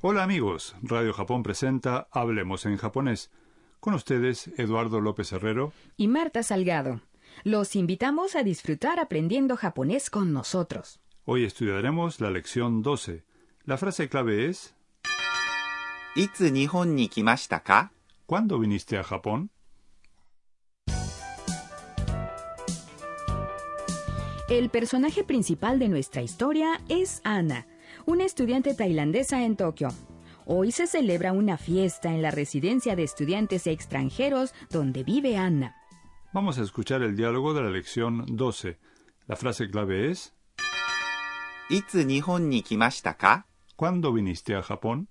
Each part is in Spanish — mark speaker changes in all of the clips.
Speaker 1: Hola amigos, Radio Japón presenta Hablemos en japonés. Con ustedes, Eduardo López Herrero.
Speaker 2: y Marta Salgado. Los invitamos a disfrutar aprendiendo japonés con nosotros.
Speaker 1: Hoy estudiaremos la lección 12. La frase clave es
Speaker 3: いつ日本に来ましたか
Speaker 1: ¿Cuándo viniste a Japón?
Speaker 2: El personaje principal de nuestra historia es Ana, una estudiante tailandesa en Tokio. Hoy se celebra una fiesta en la residencia de estudiantes extranjeros donde vive Ana.
Speaker 1: Vamos a escuchar el diálogo de la lección 12. La frase clave es
Speaker 3: いつ日本に来ましたか
Speaker 1: ¿Cuándo viniste a Japón?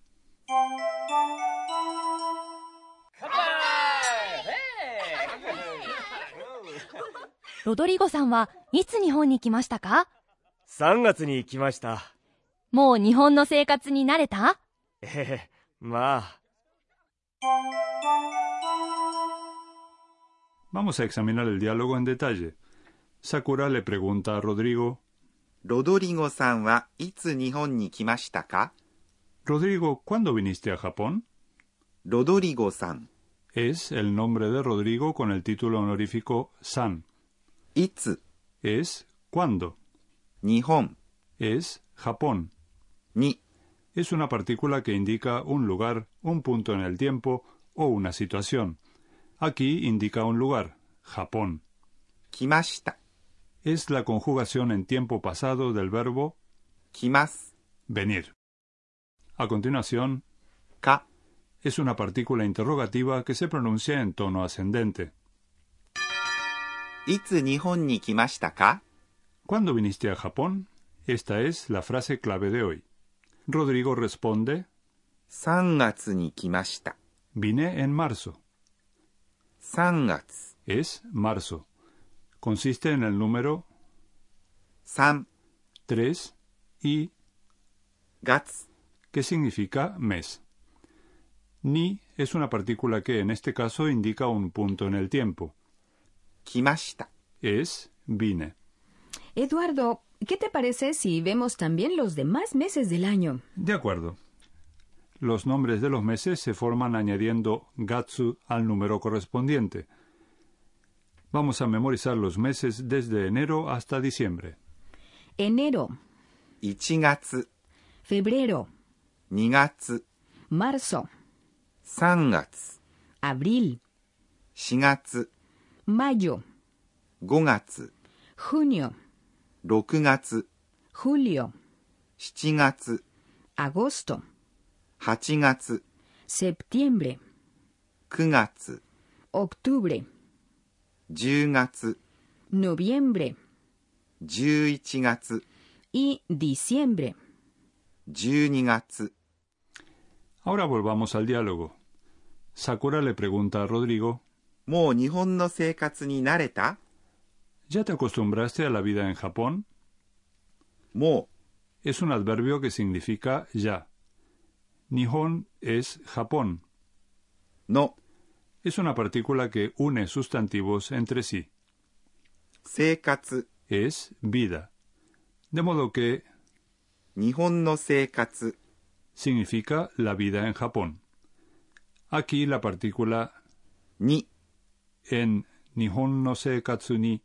Speaker 4: Rodrigo さんはいつ日本に来ましたか
Speaker 5: 3月に来ました。
Speaker 4: もう日本の生活に慣れた
Speaker 5: えへへ、まあ、
Speaker 1: Vamos a examinar el diálogo en detalle. Sakura le pregunta a Rodrigo.
Speaker 3: ロドリゴさんはいつ日本に来ましたか
Speaker 1: Rodrigo, ¿cuándo viniste a Japón?
Speaker 3: ロドリゴさん、
Speaker 1: Es el nombre de Rodrigo con el título honorífico San.
Speaker 3: いつ
Speaker 1: Es ¿cuándo?
Speaker 3: 日本
Speaker 1: Es Japón.
Speaker 3: に
Speaker 1: es una partícula que indica un lugar, un punto en el tiempo o una situación. Aquí indica un lugar, Japón.
Speaker 3: 来ました。
Speaker 1: Es la conjugación en tiempo pasado del verbo
Speaker 3: 来ます。
Speaker 1: venir. A continuación,
Speaker 3: か
Speaker 1: es una partícula interrogativa que se pronuncia en tono ascendente.
Speaker 3: いつ日本に来ましたか
Speaker 1: ¿Cuándo viniste a Japón? Esta es la frase clave de hoy. Rodrigo responde,
Speaker 3: 3月に来ました。
Speaker 1: vine en marzo.
Speaker 3: 3月、
Speaker 1: Es marzo. Consiste en el número
Speaker 3: 3
Speaker 1: 3 y
Speaker 3: 月、
Speaker 1: que significa mes. Ni es una partícula que en este caso indica un punto en el tiempo.
Speaker 3: 来ました。
Speaker 1: Es vine.
Speaker 2: Eduardo, ¿qué te parece si vemos también los demás meses del año?
Speaker 1: De acuerdo. Los nombres de los meses se forman añadiendo gatsu al número correspondiente. Vamos a memorizar los meses desde enero hasta diciembre.
Speaker 2: Enero,
Speaker 3: 1月、
Speaker 2: febrero,
Speaker 3: 2月、
Speaker 2: marzo,
Speaker 3: 3月、
Speaker 2: abril,
Speaker 3: 4月、
Speaker 2: mayo,
Speaker 3: 5月、
Speaker 2: junio,
Speaker 3: 6月、
Speaker 2: julio,
Speaker 3: 7月、
Speaker 2: agosto,
Speaker 3: 8月、
Speaker 2: septiembre,
Speaker 3: 9月、
Speaker 2: octubre,
Speaker 3: 10月、
Speaker 2: noviembre
Speaker 3: 11月、
Speaker 2: y diciembre.
Speaker 3: 12月、
Speaker 1: Ahora volvamos al diálogo. Sakura le pregunta a Rodrigo,
Speaker 3: もう日本の生活に慣れた
Speaker 1: ¿ya te acostumbraste a la vida en Japón?
Speaker 3: も
Speaker 1: es un adverbio que significa ya. Nihon es Japón.
Speaker 3: う、の、
Speaker 1: Es una partícula que une sustantivos entre sí.
Speaker 3: 生活、
Speaker 1: Es vida. De modo que
Speaker 3: 日本の生活、
Speaker 1: significa la vida en Japón. Aquí la partícula
Speaker 3: に、
Speaker 1: en Nihon no seikatsu ni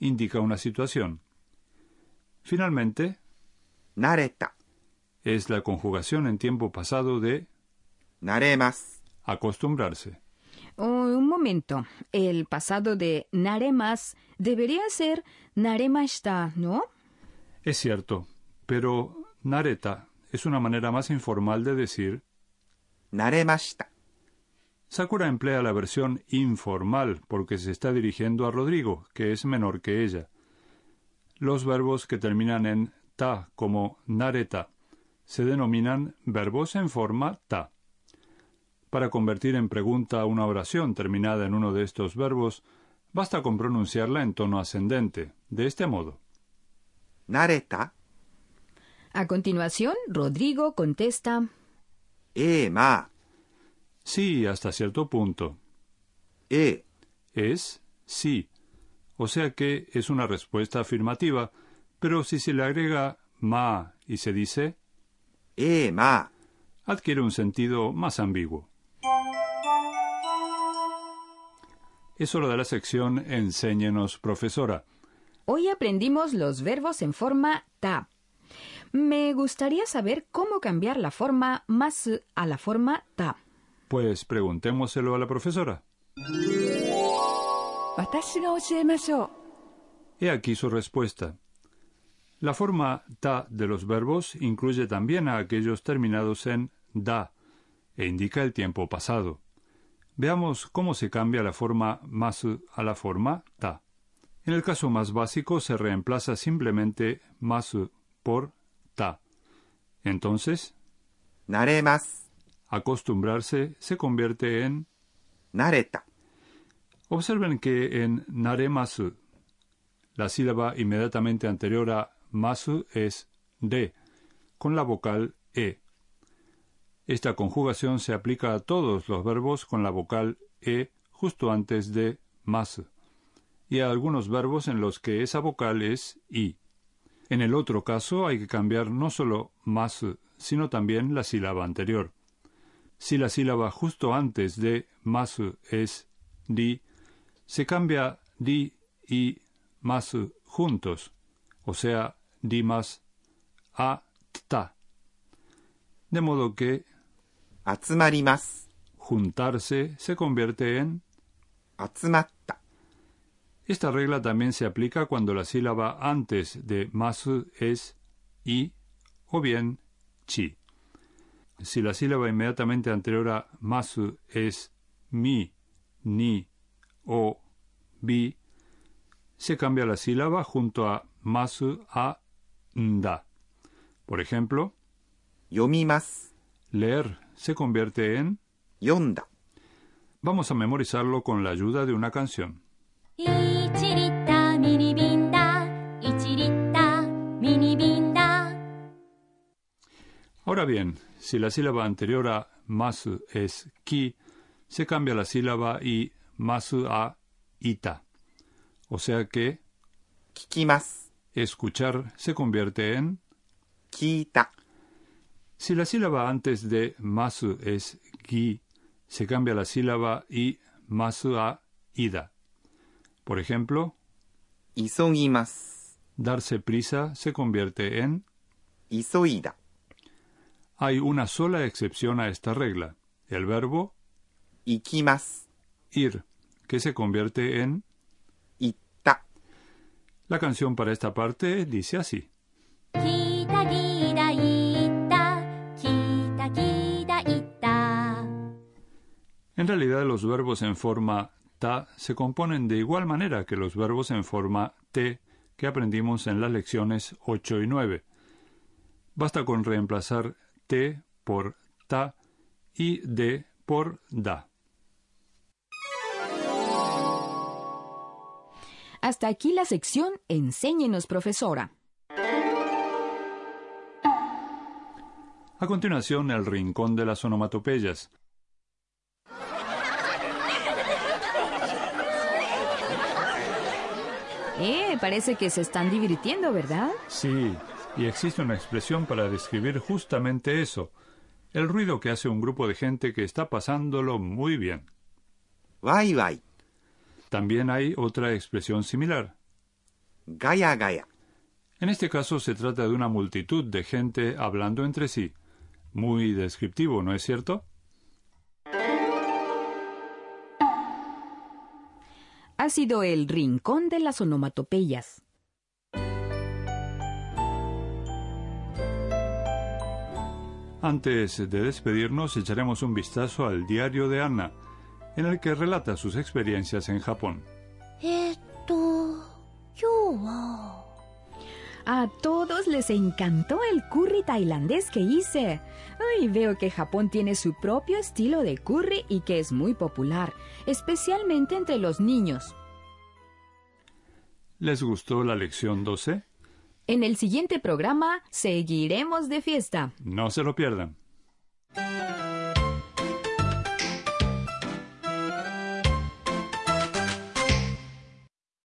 Speaker 1: indica una situación. Finalmente,
Speaker 3: 慣れた、
Speaker 1: es la conjugación en tiempo pasado de
Speaker 3: 慣れます、
Speaker 1: acostumbrarse.
Speaker 2: Oh, un momento, el pasado de naremas debería ser naremashita, ¿no?
Speaker 1: Es cierto, pero nareta es una manera más informal de decir.
Speaker 3: 慣れました、
Speaker 1: Sakura emplea la versión informal porque se está dirigiendo a Rodrigo, que es menor que ella. Los verbos que terminan en ta como nareta se denominan verbos en forma ta. Para convertir en pregunta una oración terminada en uno de estos verbos, basta con pronunciarla en tono ascendente, de este modo.
Speaker 3: 慣れた
Speaker 2: A continuación, Rodrigo contesta,
Speaker 3: ええまあ、
Speaker 1: Sí, hasta cierto punto,
Speaker 3: ええ、
Speaker 1: es sí. O sea que es una respuesta afirmativa, pero si se le agrega ma y se dice,
Speaker 3: ええまあ、
Speaker 1: adquiere un sentido más ambiguo. Es hora de la sección Enséñenos, profesora.
Speaker 2: Hoy aprendimos los verbos en forma ta. Me gustaría saber cómo cambiar la forma más a la forma ta.
Speaker 1: Pues preguntémoselo a la profesora. He aquí su respuesta. La forma ta de los verbos incluye también a aquellos terminados en da e indica el tiempo pasado. Veamos cómo se cambia la forma más a la forma ta. En el caso más básico se reemplaza simplemente más por ta. Entonces,
Speaker 3: 慣れます。
Speaker 1: acostumbrarse se convierte en
Speaker 3: 慣れた。
Speaker 1: Observen que en naremasu, la sílaba inmediatamente anterior a masu es de, con la vocal e. Esta conjugación se aplica a todos los verbos con la vocal e justo antes de masu, y a algunos verbos en los que esa vocal es i. En el otro caso hay que cambiar no solo masu, sino también la sílaba anterior. Si la sílaba justo antes de masu es di, se cambia di y masu juntos, o sea, di más a ta. De modo que
Speaker 3: 集まります。
Speaker 1: juntarse se convierte en
Speaker 3: 集まった。
Speaker 1: Esta regla también se aplica cuando la sílaba antes de masu es i o bien chi. Si la sílaba inmediatamente anterior a masu es mi, ni o bi, se cambia la sílaba junto a masu a nda. Por ejemplo,
Speaker 3: 読みます。
Speaker 1: leer se convierte en
Speaker 3: 読んだ。
Speaker 1: Vamos a memorizarlo con la ayuda de una canción.
Speaker 4: 1リッターミニビンだ1リッターミニビンだ
Speaker 1: Ahora bien, si la sílaba anterior a masu es ki, se cambia la sílaba y masu a ita. O sea que
Speaker 3: 聞きます。
Speaker 1: escuchar se convierte en
Speaker 3: 聞いた。
Speaker 1: Si la sílaba antes de masu es gi, se cambia la sílaba y masu a ida. Por ejemplo,
Speaker 3: 急ぎます。
Speaker 1: darse prisa se convierte en
Speaker 3: 急いだ。
Speaker 1: Hay una sola excepción a esta regla, el verbo
Speaker 3: 行きます。
Speaker 1: ir, que se convierte en
Speaker 3: 行った。
Speaker 1: La canción para esta parte dice así.
Speaker 4: 聞いた聞いた言った聞いた聞いた言った
Speaker 1: En realidad los verbos en forma ta se componen de igual manera que los verbos en forma te que aprendimos en las lecciones 8 y 9. Basta con reemplazar te por ta y de por da.
Speaker 2: Hasta aquí la sección Enséñenos, profesora.
Speaker 1: A continuación, el rincón de las onomatopeyas.
Speaker 2: Eh, parece que se están divirtiendo, ¿verdad?
Speaker 1: Sí, y existe una expresión para describir justamente eso, el ruido que hace un grupo de gente que está pasándolo muy bien.
Speaker 3: ワイワイ。
Speaker 1: También hay otra expresión similar.
Speaker 3: ガヤガヤ。
Speaker 1: En este caso se trata de una multitud de gente hablando entre sí. Muy descriptivo, ¿no es cierto?
Speaker 2: Ha sido el rincón de las onomatopeyas.
Speaker 1: Antes de despedirnos echaremos un vistazo al diario de Anna, en el que relata sus experiencias en Japón.
Speaker 4: えっと今日は
Speaker 2: A todos les encantó el curry tailandés que hice. Ay, veo que Japón tiene su propio estilo de curry y que es muy popular, especialmente entre los niños.
Speaker 1: ¿Les gustó la lección 12?
Speaker 2: En el siguiente programa seguiremos de fiesta.
Speaker 1: No se lo pierdan.